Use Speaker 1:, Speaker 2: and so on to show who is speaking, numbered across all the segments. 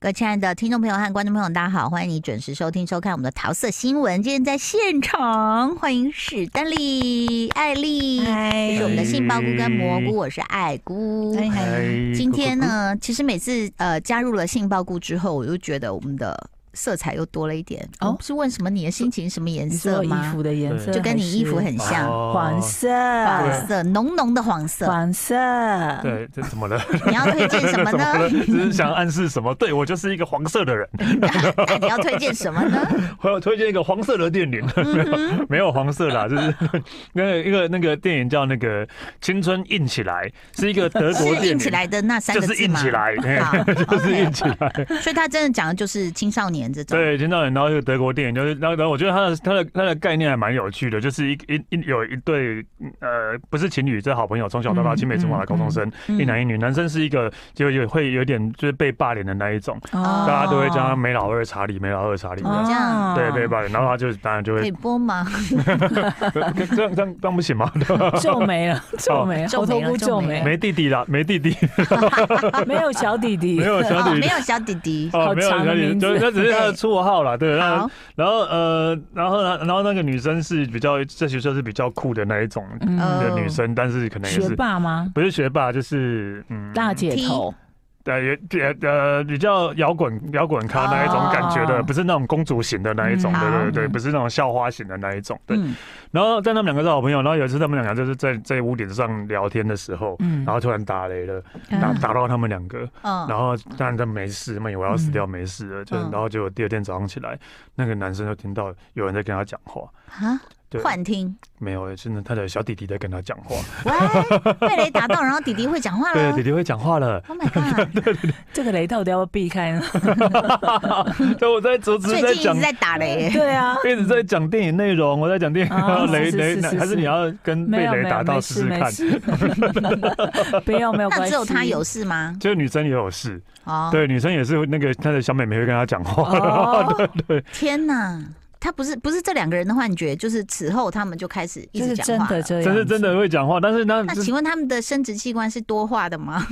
Speaker 1: 各位亲爱的听众朋友和观众朋友，大家好，欢迎你准时收听收看我们的桃色新闻。今天在现场，欢迎史丹利、艾丽，这
Speaker 2: 嗨
Speaker 1: 是我们的杏鲍菇跟蘑菇，
Speaker 3: 嗨
Speaker 1: 我是艾菇。
Speaker 2: 嗨嗨，
Speaker 1: 哎
Speaker 3: 哎嗯
Speaker 1: 今天？呢，其实每次呃加入了杏鲍菇之后，我就觉得我们的色彩又多了一点。
Speaker 2: 哦
Speaker 1: 哦，是问什么你的心情什么颜
Speaker 2: 你
Speaker 1: 色
Speaker 2: 说
Speaker 1: 吗？
Speaker 2: 衣服的颜色
Speaker 1: 就跟你衣服很像，
Speaker 3: 哦
Speaker 2: 黄色，
Speaker 1: 黄色，浓浓的黄色。
Speaker 2: 黄色，
Speaker 3: 对，这怎么 了？
Speaker 1: 你要推荐什 么呢？
Speaker 3: 只是想暗示什么？对我就是一个黄色的人，
Speaker 1: 那你要推荐什么呢？
Speaker 3: 我要推荐一个黄色的电影，
Speaker 1: 嗯
Speaker 3: 没有没有黄色啦，就是 那个一个那个电影叫那个《青春硬起来》，是一个德国
Speaker 1: 是
Speaker 3: 电
Speaker 1: 硬起
Speaker 3: 影。
Speaker 1: 来的那三
Speaker 3: 就
Speaker 1: 个
Speaker 3: 是
Speaker 1: 字
Speaker 3: 硬
Speaker 1: 吗？
Speaker 3: 起来，
Speaker 1: 好
Speaker 3: 嘿 就是硬起来。
Speaker 1: 所以他真的讲的就是青少年这种。
Speaker 3: 对，青少年，然后一个德国电影，就是然后然后我觉得它的它的它的概念还蛮有趣的，就是一一一有一对呃不是情侣，这好朋友从小到大
Speaker 2: 嗯
Speaker 3: 青梅竹马的高中生，
Speaker 1: 嗯
Speaker 3: 一男一女，男生是一个就有会有点就是被霸凌的那一种，
Speaker 1: 哦
Speaker 3: 大家都会叫他梅老二查理，梅老二查理。
Speaker 1: 哦这样
Speaker 3: 对，被霸凌，然后他就当然就
Speaker 1: 可以
Speaker 3: 会
Speaker 1: 播吗？
Speaker 3: 这样这样这样不行吗？
Speaker 2: 皱眉 了，皱眉，
Speaker 1: 皱
Speaker 2: 猴
Speaker 1: 眉
Speaker 2: 头
Speaker 1: 了
Speaker 2: 菇
Speaker 1: 皱
Speaker 2: 皱
Speaker 1: 眉
Speaker 2: 眉，
Speaker 3: 没弟弟啦， 没弟弟，
Speaker 2: 没有小弟弟，
Speaker 3: 没有小
Speaker 1: 哦，
Speaker 3: 弟
Speaker 1: 没
Speaker 3: 弟
Speaker 1: 有小弟弟。
Speaker 3: 哦，
Speaker 2: 好
Speaker 3: 没有
Speaker 2: 长
Speaker 3: 小
Speaker 2: 的
Speaker 3: 弟弟，
Speaker 2: 名字
Speaker 3: 就是那只是他的绰号啦，对，然
Speaker 1: 好
Speaker 3: 后，然后呃，然后呢，然后那个女生是比较在学校是比较酷的那一种
Speaker 2: 嗯，
Speaker 1: 呃
Speaker 3: 的女生，但是可能也
Speaker 2: 学
Speaker 3: 是
Speaker 2: 霸吗？
Speaker 3: 不是学霸，就是嗯，
Speaker 2: 大姐头，
Speaker 3: 呃也也呃比较摇滚摇滚咖那一种感觉的，
Speaker 2: 哦
Speaker 3: 不是那种公主型的那一种，
Speaker 1: 嗯
Speaker 3: 对对
Speaker 1: 好
Speaker 3: 对对，不是那种校花型的那一种，对。
Speaker 1: 嗯，
Speaker 3: 然后但他们两个是好朋友，然后有一次他们两个就是在在屋顶上聊天的时候，
Speaker 2: 嗯
Speaker 3: 然后突然打雷了，
Speaker 1: 嗯
Speaker 3: 打打到他们两个，
Speaker 1: 嗯，
Speaker 3: 然后当然他没事，他们以为要死掉没事了，就
Speaker 1: 嗯
Speaker 3: 然后结果第二天早上起来，那个男生就听到有人在跟他讲话，
Speaker 1: 啊，
Speaker 3: 对，
Speaker 1: 幻听，
Speaker 3: 没有，真的他的小弟弟在跟他讲话，
Speaker 1: 喂，被雷打到，然后弟弟会讲话
Speaker 3: 对，
Speaker 1: 了
Speaker 3: 弟。弟会讲话了，
Speaker 1: Oh my god！
Speaker 2: 这个雷到底要不要避开呢？
Speaker 3: 对，我在阻止
Speaker 1: 最
Speaker 3: 在
Speaker 1: 近一
Speaker 3: 讲
Speaker 1: 直。在打雷。
Speaker 2: 对啊，
Speaker 3: 一直在讲电影内容，我在讲电影，然 后
Speaker 2: 哦
Speaker 3: 雷
Speaker 2: 是
Speaker 3: 雷
Speaker 2: 是是，是
Speaker 3: 还是你要跟
Speaker 2: 没
Speaker 3: 被
Speaker 2: 有没
Speaker 3: 雷打
Speaker 2: 有，
Speaker 3: 到
Speaker 2: 没
Speaker 3: 试
Speaker 2: 事
Speaker 3: 试
Speaker 2: 没
Speaker 3: 看？
Speaker 2: 事， 不要没有关
Speaker 1: 那
Speaker 2: 系，
Speaker 1: 只有他有事吗？
Speaker 3: 就女生也有事，
Speaker 1: 哦，
Speaker 3: 对，女生也是那个她的小妹妹会跟她讲话，
Speaker 2: 哦，
Speaker 1: 天哪！他不是不是这两个人的幻觉，就是此后他们就开始一
Speaker 2: 这
Speaker 1: 直
Speaker 2: 是
Speaker 1: 讲
Speaker 2: 真
Speaker 1: 话
Speaker 2: 的
Speaker 1: 了。
Speaker 2: 这样，
Speaker 3: 真是真的会讲话，但是那
Speaker 1: 那
Speaker 3: 就是
Speaker 1: 请问他们的生殖器官是多话的 吗？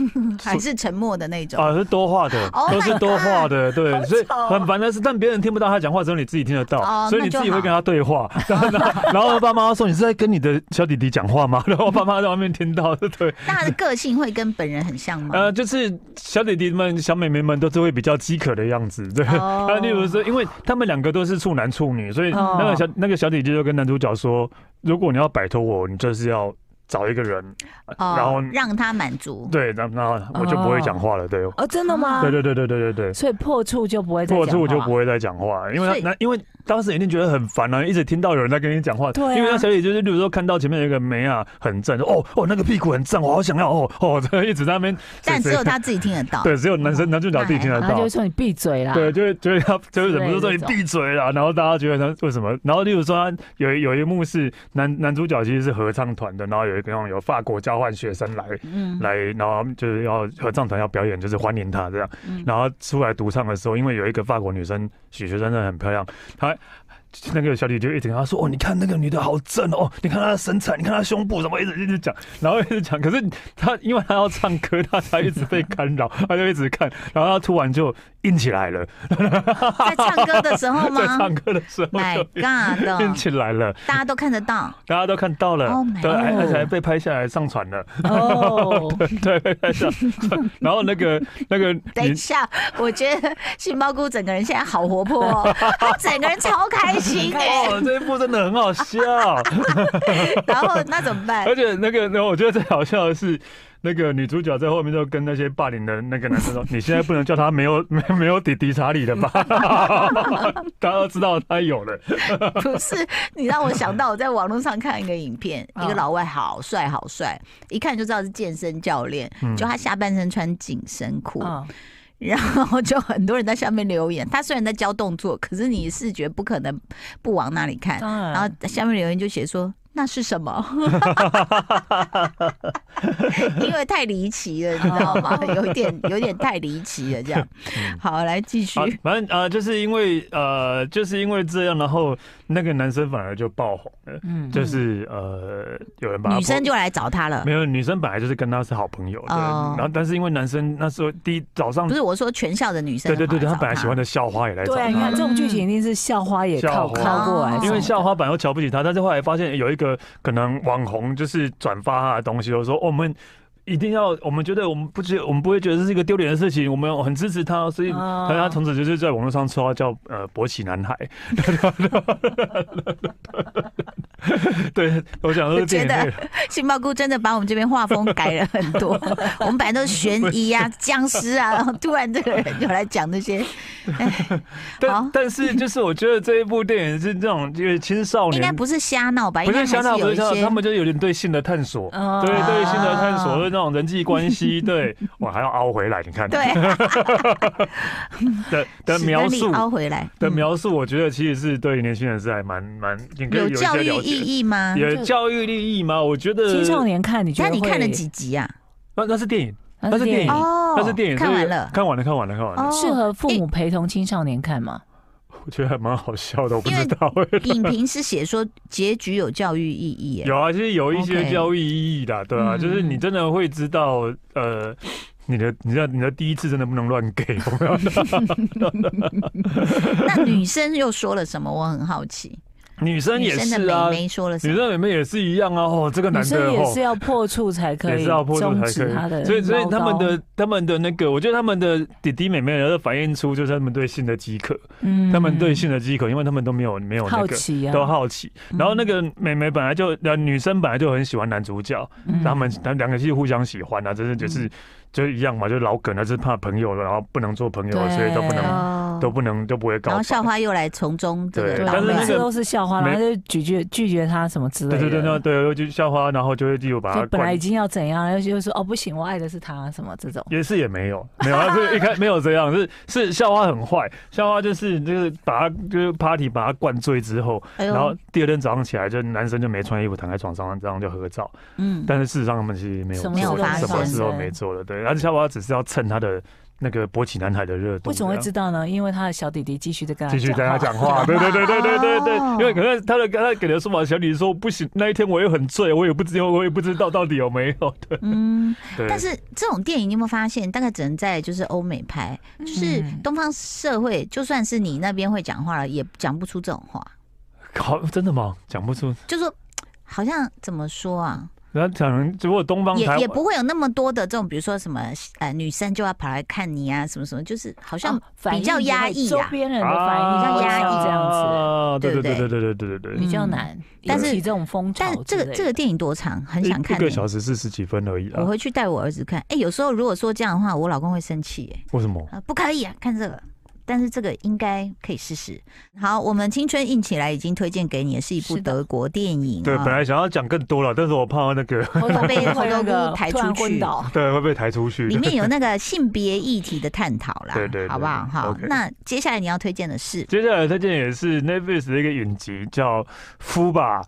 Speaker 1: 还是沉默的那种？
Speaker 3: 啊是多话的
Speaker 2: 哦
Speaker 1: Oh，my
Speaker 3: 都是多话的，对，所以
Speaker 1: 哦
Speaker 3: 很烦的是，但别人听不到她讲话，只有你自己听得
Speaker 1: 哦
Speaker 3: 到，所以
Speaker 1: 那
Speaker 3: 你
Speaker 1: 就
Speaker 3: 自己会
Speaker 1: 好
Speaker 3: 跟她对话。 然后然后爸妈说你是在跟你的小弟弟讲话吗？然后爸妈在外面听到， 对，
Speaker 1: 那他的个性会跟本人很像吗？
Speaker 3: 呃， 就是小弟弟们、小妹妹们都是会比较饥渴的样子，对。
Speaker 1: 哦
Speaker 3: 呃 那例如说，因为他们两个都是处男处女，所以
Speaker 2: 哦
Speaker 3: 那个小、那个小姐姐就跟男主角说：“如果你要摆脱我，你就是要找一个人，
Speaker 1: 哦
Speaker 3: 然后
Speaker 1: 让他满足。
Speaker 3: 对，然后然后我就不会讲话了，对，
Speaker 2: 哦，真的吗？
Speaker 3: 对对对对对对对，
Speaker 2: 所以破处就不会再
Speaker 3: 破处
Speaker 2: 讲
Speaker 3: 就
Speaker 2: 话
Speaker 3: 不会再讲话，因为
Speaker 1: 所以
Speaker 3: 他那因为当时一定觉得很烦啊，一直听到有人在跟你讲话，
Speaker 2: 对啊
Speaker 3: 因为那小姐姐就是，比如说看到前面有一个梅啊很正，说哦哦那个屁股很正，我好想要哦哦， 这一直在那边，
Speaker 1: 但只有
Speaker 3: 谁谁
Speaker 1: 他自己听得到。
Speaker 3: 对，只有男生男主角自己听得
Speaker 2: 嗯哎然后啊
Speaker 3: 到
Speaker 2: 就会，说你闭嘴啦。
Speaker 3: 对，就会觉得他就会忍不住说
Speaker 2: 之类
Speaker 3: 你
Speaker 2: 的
Speaker 3: 闭嘴啦，然后大家觉得他为什么？然后例如说他有有一幕是男男主角其实是合唱团的，然后有一个那种有法国交换学生来
Speaker 1: 嗯，
Speaker 3: 来，然后就是要合唱团要表演，就是欢迎他这样
Speaker 1: 嗯。
Speaker 3: 然后出来独唱的时候，因为有一个法国女生许学生真的很漂亮，她。那个小姐就一直跟她说：“哦，你看那个女的好正哦，你看她的身材，你看她胸部，什么一直一直讲，然后一直讲。可是她因为她要唱歌，她才一 直被干扰，她就一直看，然后她突然就硬起来了，
Speaker 1: 在唱歌的时候
Speaker 3: 在
Speaker 1: 吗
Speaker 3: 唱歌的时候
Speaker 1: ？My
Speaker 3: 就
Speaker 1: God！
Speaker 3: 硬起来了，
Speaker 1: 大家都看得到，
Speaker 3: 大家都看到了
Speaker 1: Oh my
Speaker 3: 对，还
Speaker 2: God
Speaker 3: 而且还被拍下来上传了，
Speaker 2: 哦，
Speaker 3: 对，被拍下来。 然后那个那个
Speaker 1: 等一
Speaker 3: 女
Speaker 1: 下，我觉得杏鲍菇整个人现在好活泼 哦，他整个人超开心哎、
Speaker 3: 哦，这一部真的很 好笑，
Speaker 1: 然后那怎么办？
Speaker 3: 而且那个，然后我觉得最好笑的是，那个女主角在后面就跟那些霸凌的那个男 生说：“你现在不能叫他没有 没没有弟弟查理了吧？”大家都知道他有了，
Speaker 1: 不是，你让我想到我在网络上看一个影片，一个
Speaker 2: 啊
Speaker 1: 老外好帅好帅，一看就知道是健身教练，
Speaker 3: 嗯
Speaker 1: 就他下半身穿紧身裤，
Speaker 2: 嗯
Speaker 1: 然后就很多人在下面留言。他虽然在教动作，可是你视觉不可能不往那里看。
Speaker 2: 当
Speaker 3: 嗯
Speaker 2: 然，
Speaker 1: 然后下面留言就写说。那是什么？ 因为太离奇了，你知道 吗？有点有点太离奇了，这
Speaker 3: 嗯
Speaker 1: 样。好，来继续
Speaker 3: 啊啊。，反正呃，就是因为呃，就是因为这样，然后那个男生反而就爆红了，
Speaker 2: 嗯，
Speaker 3: 就是呃，有人把他
Speaker 1: 女生
Speaker 3: 泼
Speaker 1: 就来找他了
Speaker 3: 没。有女生本来就是跟他是好朋友的，
Speaker 1: 哦
Speaker 3: 然后但是因为男生那时候第一早上
Speaker 1: 不，是我说全校的女生
Speaker 3: 对
Speaker 1: 跑来找，
Speaker 3: 对对对，他本来喜欢的校花也来找
Speaker 2: 对啊，你看
Speaker 3: 他。
Speaker 2: 这种剧情一定是校花也靠
Speaker 3: 校花
Speaker 2: 靠过来，
Speaker 1: 哦
Speaker 3: 因为校花本来又瞧不起他，但是后来发现有一个可能网红就是转发他的东西，我说、哦我们一定要，我们觉得我们不觉得我们不会觉得这是一个丢脸的事情，我们很支持他，所以
Speaker 2: 哦
Speaker 3: 大家从此就是在网络上说他叫呃勃起男孩。 对，我想说
Speaker 1: 我觉
Speaker 3: 这电影
Speaker 1: 得
Speaker 3: 内容
Speaker 1: 杏鲍菇真的把我们这边画风改了很 多，我们本来都是悬疑啊、 僵尸啊，然后突然这个人就来讲这些，好
Speaker 3: 但但是就是我觉得这一部电影是这种就是青少
Speaker 1: 应该
Speaker 3: 年。
Speaker 1: 不是瞎闹吧？应
Speaker 3: 不
Speaker 1: 该
Speaker 3: 是
Speaker 1: 还
Speaker 3: 想到，不
Speaker 1: 有
Speaker 3: 是
Speaker 1: 一
Speaker 3: 想到，
Speaker 1: 些嗯
Speaker 3: 他们就是有点对性的探索，
Speaker 2: 哦
Speaker 3: 对对性的探索，就是那种人际关系， 对我还要凹回来，你看，
Speaker 1: 对
Speaker 3: 的 的
Speaker 1: 史
Speaker 3: 描
Speaker 1: 丹利
Speaker 3: 述
Speaker 1: 凹回来
Speaker 3: 的
Speaker 1: 嗯
Speaker 3: 描述，我觉得其实是对年轻人是还蛮蛮应该
Speaker 1: 有
Speaker 3: 一
Speaker 1: 教
Speaker 3: 些
Speaker 1: 育
Speaker 3: 了解，
Speaker 1: 意义吗？
Speaker 3: 有
Speaker 2: 就
Speaker 3: 教育利益吗？我觉得
Speaker 2: 青少年看你觉得
Speaker 1: 那
Speaker 2: 会，
Speaker 1: 你看了几集啊？
Speaker 3: 那那是电影，
Speaker 2: 那
Speaker 3: 那是电影
Speaker 1: 哦，
Speaker 3: 那是电影，
Speaker 1: 看
Speaker 3: 所以
Speaker 1: 完了。
Speaker 3: 看完了，看完了，看完了，
Speaker 1: 哦
Speaker 2: 适合父母陪同青少年看吗？
Speaker 3: 我觉得还蛮好笑的，我不
Speaker 1: 因为
Speaker 3: 知道欸
Speaker 1: 影评是写说结局有教育意义耶，
Speaker 3: 有啊，就是有一些
Speaker 1: OK
Speaker 3: 教育意义的，对啊，
Speaker 2: 嗯
Speaker 3: 就是你真的会知道，呃，你的、你的、你的第一次真的不能乱给，有 没有？
Speaker 1: 那女生又说了什么？我很好奇。
Speaker 3: 女生
Speaker 1: 女
Speaker 3: 也
Speaker 1: 生的
Speaker 3: 是啊，
Speaker 1: 妹
Speaker 3: 女
Speaker 1: 妹说了什
Speaker 3: 生
Speaker 1: 么？
Speaker 3: 妹妹也是一样啊。哦，这个
Speaker 2: 女
Speaker 3: 男的
Speaker 2: 生也
Speaker 3: 哦
Speaker 2: 是，要破处才可
Speaker 3: 也
Speaker 2: 以
Speaker 3: 是要破处
Speaker 2: 终
Speaker 3: 才
Speaker 2: 止他
Speaker 3: 可
Speaker 2: 的
Speaker 3: 以，所以所以
Speaker 2: 唠叨
Speaker 3: 他们的他们的那个，我觉得他们的弟弟妹妹，然后反映出就是他们对性的饥渴，
Speaker 2: 嗯
Speaker 3: 他们对性的饥渴，因为他们都没有没有那
Speaker 2: 好
Speaker 3: 个。
Speaker 2: 奇啊，
Speaker 3: 都好奇，然后那个妹妹本来就，呃，女生本来就很喜欢男主角，
Speaker 2: 嗯
Speaker 3: 他们他们两个是互相喜欢啊，真是就是就是一样嘛，就是老梗啊，就是怕朋友了，然后不能做朋友啊，
Speaker 2: 对
Speaker 3: 所以都不能
Speaker 1: 哦
Speaker 3: 都不能都不会
Speaker 1: 然
Speaker 3: 搞
Speaker 1: 后。校花又来从中这个
Speaker 3: 对
Speaker 1: 捣
Speaker 3: 但是那
Speaker 2: 啊每
Speaker 3: 个
Speaker 2: 次
Speaker 1: 乱。
Speaker 2: 都是校花，
Speaker 3: 没
Speaker 2: 然后就拒绝拒绝他什么之类
Speaker 3: 对
Speaker 2: 的。
Speaker 3: 对对对对，就校花，然后就会又把他
Speaker 2: 就本来
Speaker 3: 灌
Speaker 2: 已，经要怎样，然后就说哦不行，我爱的是他什么这种。
Speaker 3: 也是也没有没有，啊，是一开没有这样，是是校花很坏，校花就是就是把他就是 party 把他灌醉之后，
Speaker 1: 哎
Speaker 3: 然后，第二天早上起来就男生就没穿衣服躺在床上这样就合照，
Speaker 1: 嗯，
Speaker 3: 但是事实上他们其实没
Speaker 2: 什
Speaker 3: 有做
Speaker 2: 么
Speaker 1: 事都没
Speaker 3: 什么
Speaker 1: 发
Speaker 3: 事都
Speaker 2: 生
Speaker 3: 没做的，对，而且校花只是要蹭他的那个勃起男孩的热度，
Speaker 2: 为什么会
Speaker 3: 这样
Speaker 2: 知道呢？因为他的小弟弟继续在跟他
Speaker 3: 继续跟他
Speaker 2: 话
Speaker 3: 讲话，对对对对对对对，
Speaker 1: 哦
Speaker 3: 因为可能他的他给的说法，小李说不行，那一天我也很醉，我也不知道我也不知道到底有没有，对
Speaker 1: 嗯，
Speaker 3: 对，
Speaker 1: 但是这种电影你有没有发现，大概只能在就是欧美拍，就是
Speaker 2: 嗯
Speaker 1: 东方社会，就算是你那边会讲话了，也讲不出这种话，
Speaker 3: 好真的吗？讲不出，
Speaker 1: 就说好像怎么说啊，
Speaker 3: 然后可能如果东方
Speaker 1: 也
Speaker 3: 台
Speaker 1: 也不会有那么多的这种，比如说什么呃女生就要跑来看你啊，什么什么，就是好像
Speaker 2: 哦反应
Speaker 1: 比较压抑啊
Speaker 2: 周边人的反应
Speaker 3: 哦
Speaker 1: 比较
Speaker 2: 会
Speaker 1: 压抑
Speaker 2: 像这样子，
Speaker 3: 啊对
Speaker 1: 对
Speaker 3: 对
Speaker 1: 不对
Speaker 3: 对对对对对对对
Speaker 1: 嗯
Speaker 2: 比较难。
Speaker 1: 但是
Speaker 2: 引起这种风潮
Speaker 1: 但
Speaker 2: 之
Speaker 1: 这
Speaker 2: 类的，
Speaker 1: 个 这个电影多长？很
Speaker 3: 一
Speaker 1: 想看
Speaker 3: 一
Speaker 1: 欸、
Speaker 3: 个小时四十几分而已
Speaker 1: 我
Speaker 3: 啊，
Speaker 1: 回去带我儿子看。哎、有时候如果说这样的话，我老公会生气、欸。
Speaker 3: 为什么？
Speaker 1: 啊，不可以啊，看这个。但是这个应该可以试试。好，我们青春硬起来已经推荐给你的是一部
Speaker 2: 是的
Speaker 1: 德国电影、啊
Speaker 3: 对，本来想要讲更多了，但是我怕那个
Speaker 2: 喉咙
Speaker 1: 被
Speaker 2: 会
Speaker 1: 喉咙
Speaker 2: 那个
Speaker 1: 菇抬
Speaker 2: 突然
Speaker 1: 出
Speaker 2: 昏
Speaker 1: 去
Speaker 2: 倒
Speaker 3: 对会被抬出去
Speaker 1: 里。面有那 个性别议题的探讨啦，
Speaker 3: 对对对
Speaker 1: 好不好？好
Speaker 3: OK
Speaker 1: 那接下来你要推荐的是
Speaker 3: 接下来推荐也是 Netflix 的一个影集，叫《夫吧》，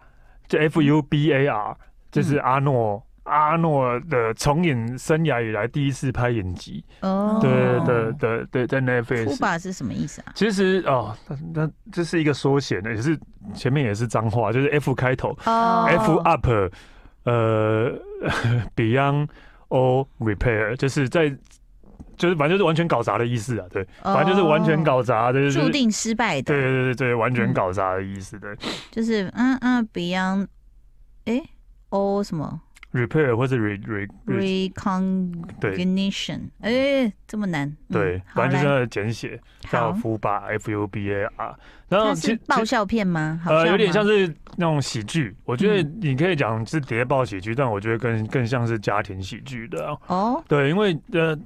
Speaker 3: 就 F U B A R，就是
Speaker 1: 嗯
Speaker 3: 阿诺、阿诺的从影生涯以来第一次拍影集，
Speaker 1: 哦
Speaker 3: 对对对对，在
Speaker 1: 库
Speaker 3: Netflix。
Speaker 1: 巴是什么意思啊？
Speaker 3: 其实哦，那那这是一个缩写的，也是前面也是脏话，就是 F 开头、
Speaker 2: 哦
Speaker 3: f up，呃 ，Beyond All Repair，就是在就是反正就是完全搞砸的意思啊，对，反正就是完全搞砸，对，就是
Speaker 1: 哦注定失败
Speaker 3: 对
Speaker 1: 的，
Speaker 3: 对对对，完全
Speaker 1: 嗯
Speaker 3: 搞砸的意思对
Speaker 1: 就是嗯嗯，Beyond，哎，O 什么
Speaker 3: repair 或者 re re, re
Speaker 1: Recognition，
Speaker 3: 对
Speaker 1: 哎，这么难？嗯
Speaker 3: 对，
Speaker 1: 好
Speaker 3: 反正就是
Speaker 1: 来
Speaker 3: 它的简写
Speaker 1: 好，
Speaker 3: 叫 f 吧 F U B A R，然后
Speaker 1: 它
Speaker 3: 嗯其
Speaker 1: 是
Speaker 3: 实
Speaker 1: 爆笑片吗？好
Speaker 3: 呃
Speaker 1: 笑
Speaker 3: 有点
Speaker 1: 吗
Speaker 3: 像是那种喜剧，我觉得
Speaker 1: 嗯
Speaker 3: 你可以讲是谍报喜剧，但我觉得更更像是家庭喜剧的、啊，
Speaker 1: 哦，
Speaker 3: 对，因为呃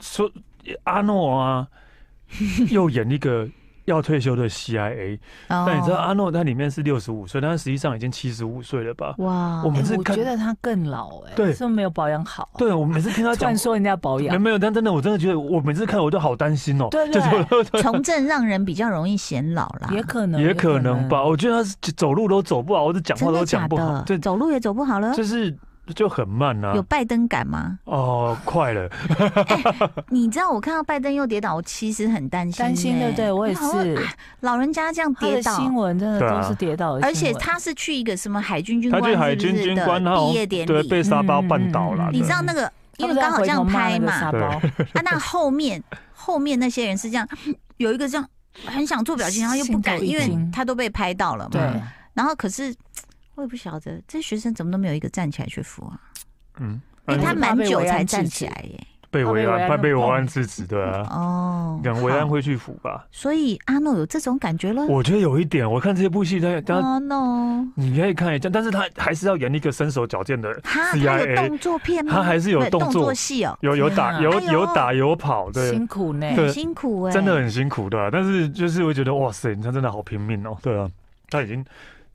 Speaker 3: 说阿诺啊 又演一个。要退休 的 CIA，但
Speaker 1: 但
Speaker 3: 你知道阿诺他里面是六十五岁，但他实际上已经七十五岁了吧？
Speaker 1: 哇，
Speaker 3: 我
Speaker 2: 哎
Speaker 3: 们是
Speaker 2: 我
Speaker 3: 看
Speaker 2: 觉得他更老哎，
Speaker 3: 对
Speaker 2: 是不是没有保养好？，啊
Speaker 3: 对，我每次听他
Speaker 2: 突
Speaker 3: 讲
Speaker 2: 然，说人家保
Speaker 1: 啊
Speaker 3: 没
Speaker 2: 养，
Speaker 3: 没有，但真的我真的觉得，我每次看我都好担心哦。
Speaker 2: 对不对，
Speaker 1: 从政让人比较容易显老啦。
Speaker 2: 也可能
Speaker 3: 也可能吧，。我觉得他是走路都走不好，或者讲话
Speaker 1: 真
Speaker 3: 都
Speaker 1: 的假
Speaker 3: 讲不好
Speaker 1: 的，
Speaker 3: 对，
Speaker 1: 走路也走不好了。
Speaker 3: 就是就很慢呐、
Speaker 1: 有拜登感吗？
Speaker 3: 哦，快了，
Speaker 1: 你知道我看到拜登又跌倒，我其实很担心、欸
Speaker 2: 担心对不对？我也
Speaker 1: 好像
Speaker 2: 是，
Speaker 1: 啊老人家这样
Speaker 2: 他
Speaker 1: 嗯跌
Speaker 2: 的
Speaker 1: 倒
Speaker 2: 新，闻真的
Speaker 3: 对啊
Speaker 2: 都是跌倒的新闻，
Speaker 1: 而且他是去一个什么海军军
Speaker 3: 他
Speaker 1: 官
Speaker 3: 去海
Speaker 1: 是不是
Speaker 3: 军军
Speaker 1: 的
Speaker 3: 官，他好
Speaker 1: 毕业
Speaker 3: 像
Speaker 1: 典
Speaker 3: 对
Speaker 1: 礼，
Speaker 3: 被沙包绊倒
Speaker 2: 嗯
Speaker 3: 了。
Speaker 2: 嗯嗯
Speaker 1: 你
Speaker 3: 对
Speaker 1: 知道那个，因为
Speaker 2: 他不是
Speaker 1: 刚好这样拍
Speaker 2: 还回头骂那个
Speaker 1: 嘛，
Speaker 2: 沙
Speaker 3: 对
Speaker 2: 包，
Speaker 1: 啊，那后面后面那些人是这样，有一个这样很想做表情，然后又不敢，
Speaker 2: 心头一
Speaker 1: 因为
Speaker 2: 惊
Speaker 1: 他都被拍到了嘛。
Speaker 2: 对，
Speaker 1: 然后可是我也不晓得这学生怎么都没有一个站起来去扶啊，
Speaker 3: 嗯，
Speaker 1: 因为
Speaker 2: 哎
Speaker 1: 他
Speaker 2: 你
Speaker 1: 蛮
Speaker 2: 怕被
Speaker 1: 久
Speaker 2: 维
Speaker 1: 才
Speaker 2: 安
Speaker 1: 站
Speaker 2: 制
Speaker 1: 起
Speaker 2: 止
Speaker 1: 来耶。
Speaker 3: 被
Speaker 2: 他被
Speaker 3: 维
Speaker 2: 维
Speaker 3: 安，
Speaker 2: 安
Speaker 3: 他被
Speaker 2: 弄
Speaker 3: 维
Speaker 2: 爆
Speaker 3: 安制止，对啊，
Speaker 1: 哦，
Speaker 3: 等维安
Speaker 1: 好
Speaker 3: 会去扶吧。
Speaker 1: 所以阿诺有这种感觉了。
Speaker 3: 我觉得有一点，我看这部戏，他他
Speaker 1: 哦 no，
Speaker 3: 你可以看一下，但是他还是要演一个身手矫健的
Speaker 1: 哈，他有
Speaker 3: CIA，
Speaker 1: 动作片吗？
Speaker 3: 他还是有
Speaker 1: 对
Speaker 3: 动
Speaker 1: 动
Speaker 3: 作
Speaker 1: 作戏哦，
Speaker 3: 有有打
Speaker 2: 天啊
Speaker 3: 有
Speaker 1: 哎呦
Speaker 3: 有打有跑，对
Speaker 2: 辛，苦呢。
Speaker 3: 对
Speaker 1: 很辛苦哎，
Speaker 3: 真的很辛苦，对啊。但是就是会觉得哇塞，他真的好拼命哦，对啊，他已经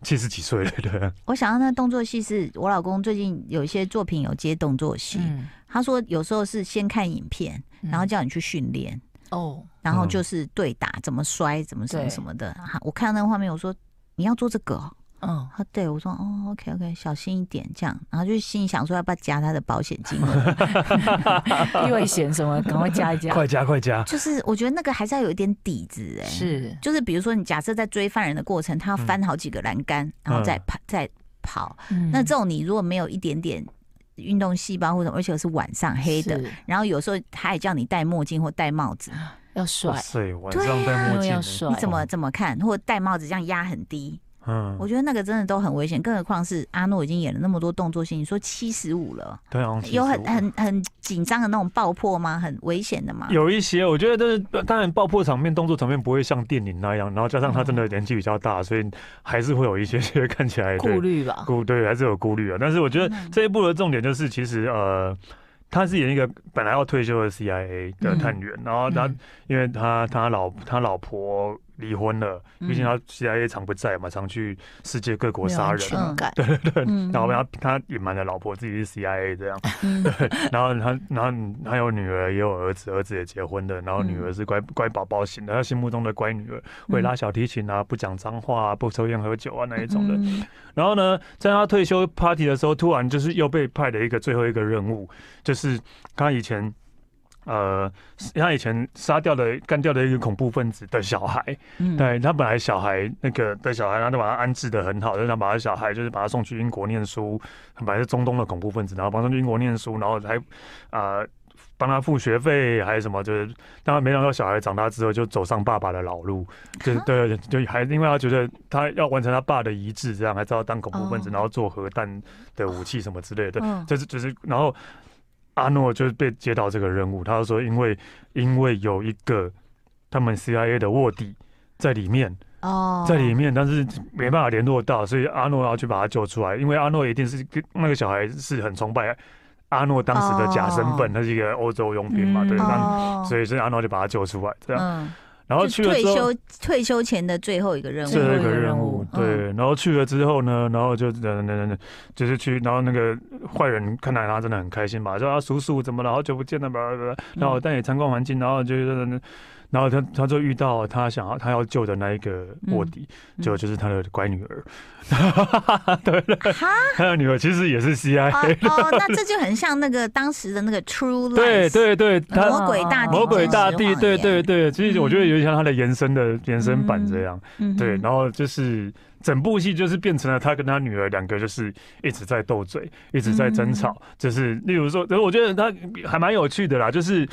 Speaker 3: 七十几岁了，对啊，
Speaker 1: 我想到那动作戏是我老公最近有一些作品有接动作戏，
Speaker 2: 嗯，
Speaker 1: 他说有时候是先看影片，然后
Speaker 2: 嗯
Speaker 1: 叫你去训练，
Speaker 2: 哦，
Speaker 1: 然后就是对打怎么摔怎么什么
Speaker 2: 对
Speaker 1: 什么的。哈我看到那个画面，我说你要做这个、哦，
Speaker 2: 嗯，
Speaker 1: 啊，对我说哦，OK OK，小心一点这样，然后就心里想说要不要加他的保险 金额，
Speaker 2: 意外险什么，赶快加一加。
Speaker 3: 快加快加，
Speaker 1: 就是我觉得那个还是要有一点底子哎、
Speaker 2: 是，
Speaker 1: 就是比如说你假设在追犯人的过程，他要翻好几个栏杆，然后再跑再跑，
Speaker 2: 嗯
Speaker 1: 那这种你如果没有一点点运动细胞或者而且是晚上黑的，
Speaker 2: 是
Speaker 1: 然后有时候他也叫你戴墨镜或戴帽子，
Speaker 2: 要
Speaker 3: 哇
Speaker 2: 帅，
Speaker 3: 塞，晚
Speaker 1: 对
Speaker 3: 上
Speaker 1: 啊
Speaker 3: 戴墨
Speaker 2: 又
Speaker 3: 镜
Speaker 2: 要
Speaker 3: 欸，
Speaker 2: 帅
Speaker 1: 你，怎么怎么看，或者戴帽子这样压很低，
Speaker 3: 嗯
Speaker 1: 我，觉得那个真的都很危险，更何况是阿诺已经演了那么多动作戏，你说七十五了，
Speaker 3: 对啊，好像
Speaker 1: 有很
Speaker 3: 75
Speaker 1: 很很紧张的那种爆破吗？很危险的吗？
Speaker 3: 有一些，我觉得就是当然爆破场面、动作场面不会像电影那样，然后加上他真的年纪比较大，所以还是会有一些 些看起来
Speaker 2: 顾
Speaker 3: 对
Speaker 2: 虑吧？
Speaker 3: 顾对还是有顾虑啊。但是我觉得
Speaker 1: 嗯
Speaker 3: 这一部的重点就是，其实呃，他是演一个本来要退休的 CIA 的探员，然后他、
Speaker 2: 嗯
Speaker 3: 因为他他老他老婆离婚了，毕竟他 CIA 常不在嘛，常去世界各
Speaker 2: 嗯
Speaker 3: 国
Speaker 2: 没有
Speaker 3: 杀
Speaker 2: 安
Speaker 3: 人，
Speaker 2: 全
Speaker 1: 嗯
Speaker 2: 感，
Speaker 1: 嗯
Speaker 3: 然后他他隐瞒了老婆自己是 CIA 这样。
Speaker 1: 嗯
Speaker 3: 然后他，然后他有女儿，也有儿子，儿子也结婚了。然后女
Speaker 2: 嗯
Speaker 3: 儿是乖、乖宝宝型的，他心目中的乖女儿，会拉小提琴啊，不讲脏话啊，不抽烟喝酒啊那一种的。
Speaker 1: 嗯
Speaker 3: 然后呢，在他退休 party 的时候，突然就是又被派了一个最后一个任务，就是他以前。呃，他以前杀掉的、干掉的一个恐怖分子的小孩，
Speaker 2: 嗯，
Speaker 3: 对他本来小孩那个的小孩，他就把他安置的很好，就是他把他小孩就是把他送去英国念书，本来是中东的恐怖分子，然后帮他去英国念书，然后还啊、呃帮他付学费，还有什么就是，当然没想到小孩长大之后就走上爸爸的老路，就是
Speaker 1: 啊
Speaker 3: 对，就还因为他觉得他要完成他爸的遗志，这样还是要当恐怖分子，
Speaker 1: 哦
Speaker 3: 然后做核弹的武器什么之类的，
Speaker 1: 嗯
Speaker 3: 就是就是，然后阿诺就是被接到这个任务，他就说因为因为有一个他们 CIA 的卧底在里面，
Speaker 1: 哦
Speaker 3: 在里面，但是没办法联络到，所以阿诺要去把他救出来，因为阿诺一定是跟那个小孩是很崇拜阿诺当时的假身份，
Speaker 1: 哦
Speaker 3: 他是一个欧洲佣兵嘛，
Speaker 2: 嗯
Speaker 3: 对，当
Speaker 1: 哦
Speaker 3: 所以所以阿诺就把他救出来，这样，
Speaker 1: 嗯，
Speaker 3: 啊然后
Speaker 1: 就
Speaker 3: 去了
Speaker 1: 退
Speaker 3: 之后。
Speaker 1: 休退休前的最后一个任
Speaker 3: 最后
Speaker 1: 务，嗯
Speaker 3: 一个任务
Speaker 2: 务，
Speaker 3: 对，然后去了之后呢，然后就呃等等等等，就是去，然后那个坏人看到他真的很开心嘛，说啊叔叔怎么了，好久不见了，吧吧吧，然
Speaker 1: 嗯
Speaker 3: 后我带你参观环境，然后就呃然后他他就遇到他想要他要救的那一个卧底，
Speaker 1: 嗯
Speaker 3: 就、就是他的乖女儿， 对对，
Speaker 1: 哈
Speaker 3: 他的女儿其实也是 CIA，、
Speaker 1: 哦哦，那这就很像那个当时的那个 True Lies，呃
Speaker 3: 对对对，他
Speaker 1: 魔鬼大地，
Speaker 3: 魔鬼大地，对
Speaker 1: 对，
Speaker 3: 对对，其实我觉得有点像他的延伸的延伸版这样。
Speaker 1: 嗯嗯哼
Speaker 3: 对，然后就是整部戏就是变成了他跟他女儿两个就是一直在斗嘴，一直在争
Speaker 1: 嗯
Speaker 3: 吵，就是例如说，呃我觉得他还蛮有趣的啦，就是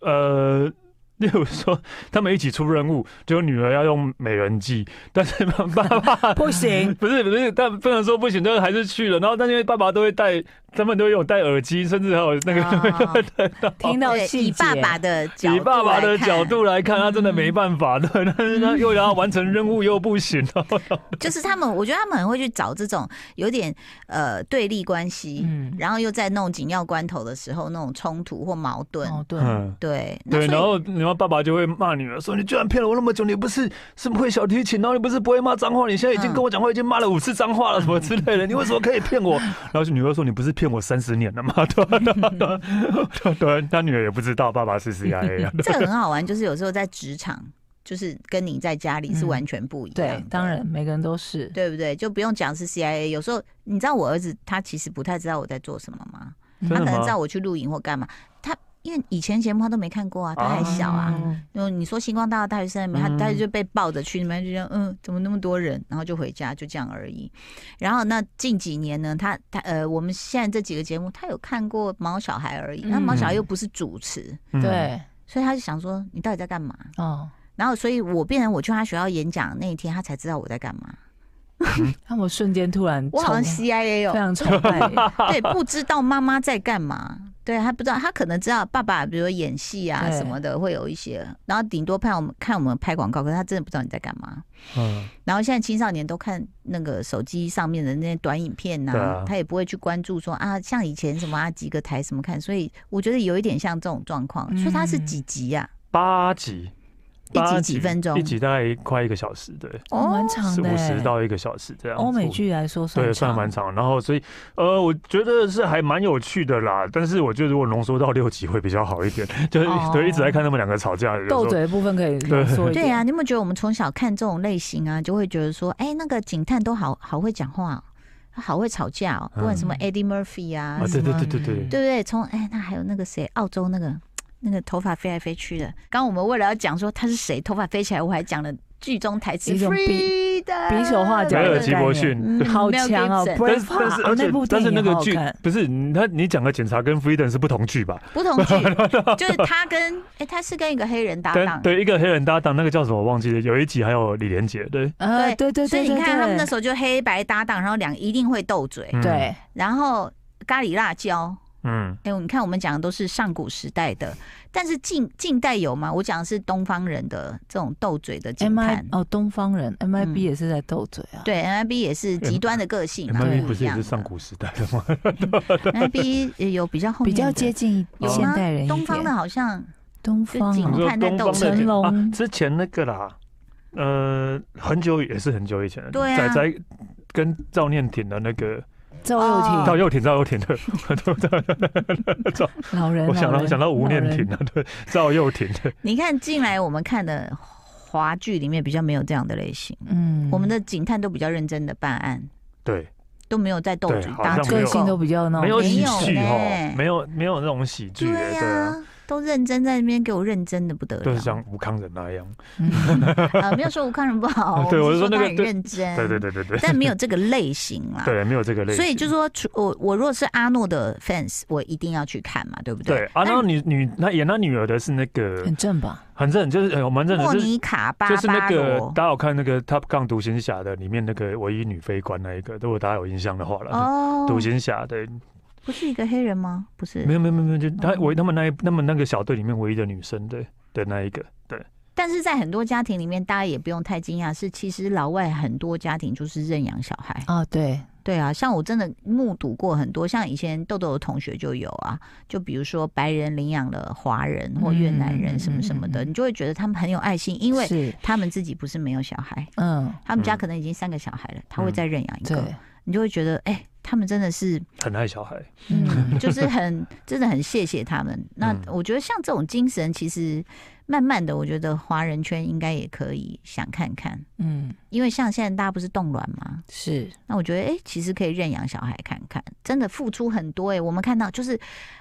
Speaker 3: 呃， 例如说他们一起出任务，结果女儿要用美人计，但是爸 爸
Speaker 2: 不 行，
Speaker 3: 不是不是，但不能说不行，但是还是去了，然后但因为爸爸都会戴，他们都会有戴耳机，甚至还有那个。
Speaker 1: 哦
Speaker 2: 听到
Speaker 1: 对
Speaker 2: 细
Speaker 1: 以
Speaker 2: 节，
Speaker 1: 爸爸的角
Speaker 3: 以
Speaker 1: 度
Speaker 3: 爸爸
Speaker 1: 来
Speaker 3: 的
Speaker 1: 看
Speaker 3: 角度来看，他真的没办法的，但是他又要完成任务又不行，然后
Speaker 1: 就是他们，我觉得他们很会去找这种有点呃对立关系，
Speaker 2: 嗯，
Speaker 1: 然后又在那种紧要关头的时候那种冲突或矛盾，
Speaker 2: 哦对，
Speaker 3: 嗯，
Speaker 1: 对，那
Speaker 3: 对，
Speaker 1: 所以
Speaker 3: 然后然后爸爸就会骂女儿说：“你居然骗了我那么久，你不是是会小提琴，然后你不是不会骂脏话，你现在已经
Speaker 1: 嗯
Speaker 3: 跟我讲话，已经骂了五次脏话了，什么之类的，你为什么可以骗我？”然后女儿说：“你不是骗我三十年了吗？”对啊对啊对啊对啊对啊，他女儿也不知道爸爸是 CIA 啊。
Speaker 1: 这个很好玩，就是有时候在职场。就是跟你在家里是完全不一样、
Speaker 2: 嗯对，当，然每个人都是。
Speaker 1: 对不对？就不用讲是 CIA，有时候你知道我儿子他其实不太知道我在做什么吗？
Speaker 2: 嗯
Speaker 1: 他可
Speaker 3: 真的
Speaker 1: 能知道
Speaker 3: 吗？
Speaker 1: 我去露营或干嘛，他。因为以前节目他都没看过啊，他还小啊。
Speaker 2: 嗯
Speaker 1: 然后你说星光大道大学生里面，他
Speaker 3: 嗯
Speaker 1: 他就被抱着去那边，就觉得嗯，怎么那么多人，然后就回家，就这样而已。然后那近几年呢，他他呃，我们现在这几个节目，他有看过毛小孩而已。那毛小孩又不是主持，
Speaker 3: 嗯，
Speaker 2: 对，
Speaker 1: 所以他就想说你到底在干嘛？
Speaker 2: 哦，
Speaker 1: 然后所以我变成我去他学校演讲那一天，他才知道我在干嘛。
Speaker 2: 那我瞬间突然
Speaker 1: 我好像
Speaker 2: 崇
Speaker 1: CIA
Speaker 2: 非
Speaker 1: 哦，
Speaker 2: 常崇拜 你，
Speaker 1: 对，不知道妈妈在干嘛。对他不知道，他可能知道爸爸，比如说演戏啊
Speaker 2: 对
Speaker 1: 什么的，会有一些，然后顶多看我们看我们拍广告，可是他真的不知道你在干嘛。
Speaker 3: 嗯，
Speaker 1: 然后现在青少年都看那个手机上面的那些短影片呐、
Speaker 3: 对啊
Speaker 1: 他也不会去关注说啊，像以前什么啊几个台什么看，所以我觉得有一点像这种状况。
Speaker 2: 嗯
Speaker 1: 所以它是几集啊呀、
Speaker 3: 八集，
Speaker 1: 一集
Speaker 3: 八
Speaker 1: 几分钟
Speaker 3: 一集大概快一个小时，对，
Speaker 1: 哦
Speaker 2: 哦，蛮长
Speaker 3: 四
Speaker 2: 的
Speaker 3: 五
Speaker 2: 欸。
Speaker 3: 十到一个小时这样子。
Speaker 2: 欧美剧来说算
Speaker 3: 对，算蛮长。然后，所以，呃，我觉得是还蛮有趣的啦。但是，我觉得如果浓缩到六集会比较好一点， 就是、
Speaker 2: 哦
Speaker 3: 对一直在看他们两个吵架，有时候
Speaker 2: 斗嘴的部分可以多说一点。
Speaker 1: 对啊，，你有没有觉得我们从小看这种类型啊，就会觉得说，哎，那个警探都好好会讲话、哦，好会吵架哦，不管什么 Eddie Murphy 啊，
Speaker 3: 嗯啊，
Speaker 1: 什
Speaker 3: 对
Speaker 1: 么
Speaker 3: 对对对
Speaker 1: 对
Speaker 3: 对，
Speaker 1: 不对？从哎，那还有那个谁，澳洲那个那个头发飞来飞去的。刚刚我们为了要讲说他是谁，头发飞起来，我还讲了剧中台词，
Speaker 2: 一种比
Speaker 1: Freedom
Speaker 2: 比手画脚
Speaker 3: 梅
Speaker 2: 的
Speaker 3: 尔
Speaker 2: 概
Speaker 3: 吉伯
Speaker 2: 念
Speaker 3: 逊。
Speaker 1: 嗯
Speaker 2: 好
Speaker 1: Mel
Speaker 2: 强哦
Speaker 1: Gibson
Speaker 2: Braveheart，
Speaker 3: 但是但是
Speaker 2: 哦
Speaker 3: 而且
Speaker 2: 那部
Speaker 3: 但
Speaker 2: 电
Speaker 3: 是
Speaker 2: 影
Speaker 3: 那
Speaker 2: 也
Speaker 3: 个
Speaker 2: 好好
Speaker 3: 剧
Speaker 2: 看。
Speaker 3: 不是你他你讲的警察跟 Freedom 是不同剧吧？
Speaker 1: 不同 剧，就是他跟哎，他是跟一个黑人搭档
Speaker 3: 但。对一个黑人搭档，那个叫什么我忘记了，有一集还有李连杰，对，
Speaker 2: 呃，对对对，
Speaker 1: 所以你
Speaker 2: 对
Speaker 1: 看他们那
Speaker 2: 对
Speaker 1: 时候就黑白搭档，然后两一定会斗嘴，
Speaker 3: 嗯
Speaker 2: 对，
Speaker 1: 然后咖喱辣椒。
Speaker 3: 嗯，
Speaker 1: 哎、你看我们讲的都是上古时代的，但是近近代有吗？我讲的是东方人的这种斗嘴的警
Speaker 2: M
Speaker 1: 探嗯
Speaker 2: I 哦，东方人 M I B 也是在斗嘴啊。
Speaker 1: 对 NIB 也是极端的个性嘛，
Speaker 3: 那
Speaker 2: 对
Speaker 3: 不
Speaker 1: 一
Speaker 3: 是也
Speaker 1: 样
Speaker 3: 是
Speaker 1: 的。
Speaker 3: 上古时代的吗？
Speaker 1: NIB 也有比较后
Speaker 2: 比
Speaker 1: 面的
Speaker 2: 较接近
Speaker 1: 有吗
Speaker 2: 现代人一点，
Speaker 1: 东方的好像
Speaker 2: 东方
Speaker 1: 就
Speaker 2: 啊
Speaker 1: 警
Speaker 3: 你
Speaker 1: 察
Speaker 3: 说
Speaker 1: 看在
Speaker 3: 东
Speaker 1: 斗
Speaker 3: 方的
Speaker 2: 成龙
Speaker 3: 啊之前那个啦，呃，很久也是很久以前了，
Speaker 1: 对啊
Speaker 3: 仔仔跟赵念挺的那个
Speaker 2: 赵又
Speaker 1: 哦
Speaker 3: 赵
Speaker 2: 廷，
Speaker 3: 又廷，赵又廷的，对不对？
Speaker 2: 老人，
Speaker 3: 我想
Speaker 2: 老
Speaker 3: 到
Speaker 2: 人
Speaker 3: 想到吴念。
Speaker 2: 老
Speaker 3: 挺
Speaker 2: 人
Speaker 3: 啊，对，赵又廷的，
Speaker 1: 你看进来我们看的华剧里面比较没有这样的类型，
Speaker 2: 嗯，
Speaker 1: 我们的警探都比较认真的办案，
Speaker 3: 对，
Speaker 1: 都没有在斗嘴
Speaker 3: 对好
Speaker 1: 打
Speaker 3: 像
Speaker 1: 嘴
Speaker 2: 个
Speaker 1: 斗
Speaker 2: 性都比较那
Speaker 3: 没有
Speaker 2: 种嗯
Speaker 1: 没
Speaker 3: 喜
Speaker 1: 有
Speaker 3: 剧
Speaker 1: 呢
Speaker 3: 哦，没有没有那种喜剧欸，
Speaker 1: 对
Speaker 3: 对
Speaker 1: 呀、
Speaker 3: 啊，
Speaker 1: 都认真在那边给我认真的不得
Speaker 3: 都
Speaker 1: 了
Speaker 3: 是，啊像吴康仁那样，
Speaker 2: 嗯
Speaker 1: 啊，没有说吴康仁不 好，
Speaker 3: 对
Speaker 1: 我
Speaker 3: 我
Speaker 1: 是
Speaker 3: 是
Speaker 1: 说
Speaker 3: 说那
Speaker 1: 他
Speaker 3: 个
Speaker 1: 很
Speaker 3: 对
Speaker 1: 认真，
Speaker 3: 对对对对对，
Speaker 1: 但没有这个类型啦。
Speaker 3: 对，没有这个类型，
Speaker 1: 嗯所以就说，除我我若是阿诺的 fans，我一定要去看嘛，对不对？
Speaker 3: 对啊，然后女女那演她女儿的是那个
Speaker 2: 很正吧？
Speaker 3: 很正，就是呃我蛮正的，
Speaker 1: 莫
Speaker 3: 就是
Speaker 1: 妮卡巴
Speaker 3: 就是那
Speaker 1: 巴
Speaker 3: 个
Speaker 1: 罗
Speaker 3: 大家有看那个《Top Gun》独行侠的里面那个唯一女飞官那一个，如果大家有印象的话了。
Speaker 1: 哦，
Speaker 3: 独行侠对，
Speaker 1: 不是一个黑人吗？不是
Speaker 3: 没，有没有没有没有，就他
Speaker 1: 哦
Speaker 3: 唯他们那一他们那个小队里面唯一的女生，对的那一个，对，
Speaker 1: 但是在很多家庭里面，大家也不用太惊讶，是其实老外很多家庭就是认养小孩。
Speaker 2: 啊，对，
Speaker 1: 对啊，像我真的目睹过很多，像以前豆豆的同学就有啊，就比如说白人领养了华人或越南人
Speaker 2: 嗯
Speaker 1: 什么什么的，
Speaker 2: 嗯嗯嗯
Speaker 1: 你就会觉得他们很有爱心，因为
Speaker 2: 是
Speaker 1: 他们自己不是没有小孩，
Speaker 2: 嗯，
Speaker 1: 他们家
Speaker 3: 嗯
Speaker 1: 可能已经三个小孩了，他会再认养一个，
Speaker 2: 对，
Speaker 1: 你就会觉得哎、他们真的是，
Speaker 3: 很爱小孩，
Speaker 2: 嗯
Speaker 1: 嗯，就是很真的很谢谢他们。那
Speaker 3: 嗯
Speaker 1: 我觉得像这种精神，其实慢慢的，我觉得华人圈应该也可以想看看，
Speaker 2: 嗯
Speaker 1: 因为像现在大家不是冻卵吗？
Speaker 2: 是
Speaker 1: 那我觉得，哎、其实可以认养小孩看看，真的付出很多哎、我们看到就是，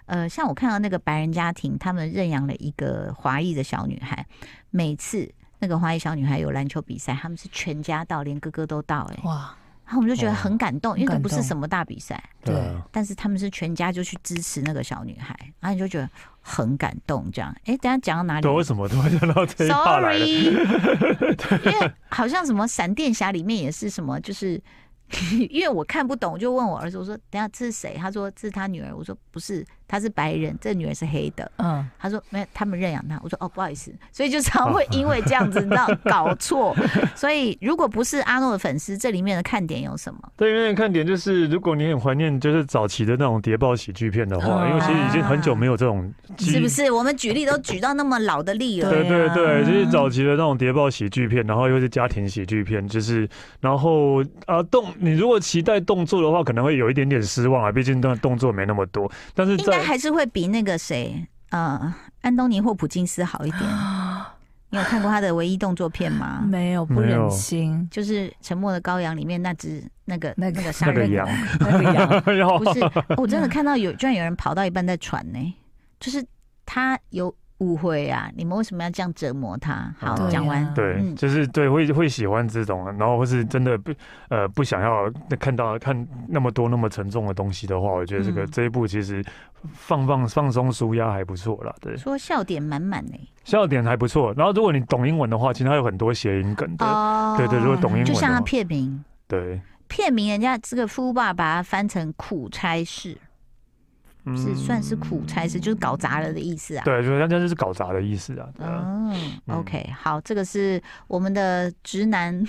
Speaker 1: 呃，像我看到那个白人家庭，他们认养了一个华裔的小女孩，每次那个华裔小女孩有篮球比赛，他们是全家到，连哥哥都到哎、
Speaker 2: 哦哇，
Speaker 1: 然后我们就觉得很感动，
Speaker 2: 哦
Speaker 1: 因为都
Speaker 2: 很感
Speaker 1: 不是
Speaker 2: 动
Speaker 1: 什么大比赛，
Speaker 2: 对
Speaker 3: 啊
Speaker 1: 但是他们是全家就去支持那个小女孩，然后你就觉得很感动这样。哎、等一下讲到哪里
Speaker 3: 对，为什么突然想到 这一趴来了？
Speaker 1: ？Sorry，因为好像什么闪电侠里面也是什么，就是 因为我看不懂，我就问我儿子，我说等一下这是谁？他说这是他女儿，我说不是，她是白人，这女儿是黑的。
Speaker 2: 嗯，
Speaker 1: 他说没有，他们认养他。我说哦，不好意思， 所以就常会因为这样子，你知道搞 错。所以如果不是阿诺的粉丝，这里面的看点有什么？
Speaker 3: 对，因为看点就是，如果你很怀念就是早期的那种谍报喜剧片的话，
Speaker 2: 嗯
Speaker 3: 因为其实已经很久没有这种基，
Speaker 1: 啊是不是？我们举例都举到那么老的例了，
Speaker 3: 对对
Speaker 2: 对
Speaker 3: 对，
Speaker 2: 啊
Speaker 3: 就是早期的那种谍报喜剧片，然后又是家庭喜剧片，就是然后啊动，你如果期待动作的话，可能会有一点点失望啊，毕竟那动作没那么多。但是
Speaker 1: 应该
Speaker 3: 在
Speaker 1: 还是会比那个谁，呃，安东尼霍普金斯好一点。你有看过他的唯一动作片吗？
Speaker 2: 没有不
Speaker 3: 没有
Speaker 2: 忍心
Speaker 1: 就是《沉默的羔羊》里面那只那个
Speaker 2: 那个
Speaker 1: 那个杀
Speaker 3: 那个
Speaker 1: 人
Speaker 3: 羊
Speaker 1: 狂，，
Speaker 2: 那个 羊，
Speaker 3: 要
Speaker 1: 不是，我真的看到有居然有人跑到一半在喘呢、就是他有误会啊，你们为什么要这样折磨他？好
Speaker 3: 对，啊
Speaker 1: 讲完，
Speaker 3: 对，
Speaker 1: 嗯
Speaker 3: 就是对会会喜欢这种，然后或是真的不呃不想要看到看那么多那么沉重的东西的话，我觉得这个、
Speaker 1: 嗯
Speaker 3: 这一部其实放放放松舒压还不错啦，对，
Speaker 1: 说笑点满满呢。
Speaker 3: 笑点还不错。然后如果你懂英文的话，其实它有很多谐音梗的，
Speaker 1: 哦
Speaker 3: 对对，如果懂英文
Speaker 1: 就
Speaker 3: 的
Speaker 1: 像他
Speaker 3: 话，
Speaker 1: 片名，
Speaker 3: 对，
Speaker 1: 片名人家这个富爸把它翻成苦差事，
Speaker 3: 嗯
Speaker 1: 是算是苦差事，就是搞砸了的意思啊。
Speaker 3: 对，就是人家就是搞砸的意思啊，对啊
Speaker 1: 哦，OK，好，这个是我们的直 男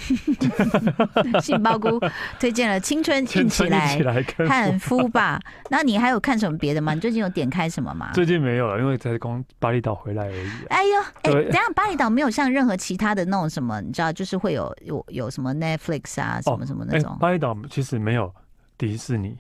Speaker 1: 杏鲍菇推荐了《青春
Speaker 3: 青
Speaker 1: 硬嗯起
Speaker 3: 春
Speaker 1: 来
Speaker 3: 一起》来看。
Speaker 1: 和《夫吧》。那你还有看什么别的吗？你最近有点开什么吗？
Speaker 3: 最近没有了，因为才刚巴厘岛回来而已、啊。
Speaker 1: 哎呦，哎、
Speaker 3: 对
Speaker 1: 等一下巴厘岛没有像任何其他的那种什么，你知道，就是会有有有什么 Netflix 啊，什么什么那
Speaker 3: 哎
Speaker 1: 种。
Speaker 3: 巴厘岛其实没有迪士尼，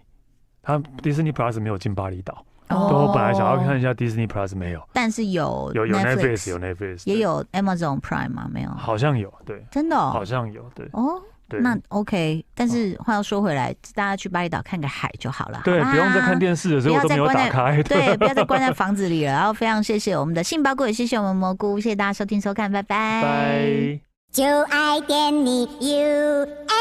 Speaker 3: 它迪士尼 Plus 没有进巴厘岛。
Speaker 2: 哦
Speaker 3: 对我本来想要看一下 Disney Plus 没有，
Speaker 1: 但是有
Speaker 3: 有有 Netflix 有 Netflix
Speaker 1: 也
Speaker 3: 对，
Speaker 1: 有 Amazon Prime 吗？没有，
Speaker 3: 好像有对，
Speaker 1: 真的
Speaker 3: 好
Speaker 1: 哦。
Speaker 3: 像有对
Speaker 1: 哦，
Speaker 3: 对。哦
Speaker 1: 那 OK，但是话又说回来，大家去巴厘岛看个海就好了，
Speaker 3: 对，
Speaker 1: 好吧
Speaker 3: 不用再看电视了，所以我都没有打开。
Speaker 1: 对，不要 再关在房子里了。然后非常谢谢我们的杏鲍菇，也谢谢我们蘑菇，谢谢大家收听收看，拜拜。
Speaker 3: 拜。
Speaker 4: 就爱点你 UFO。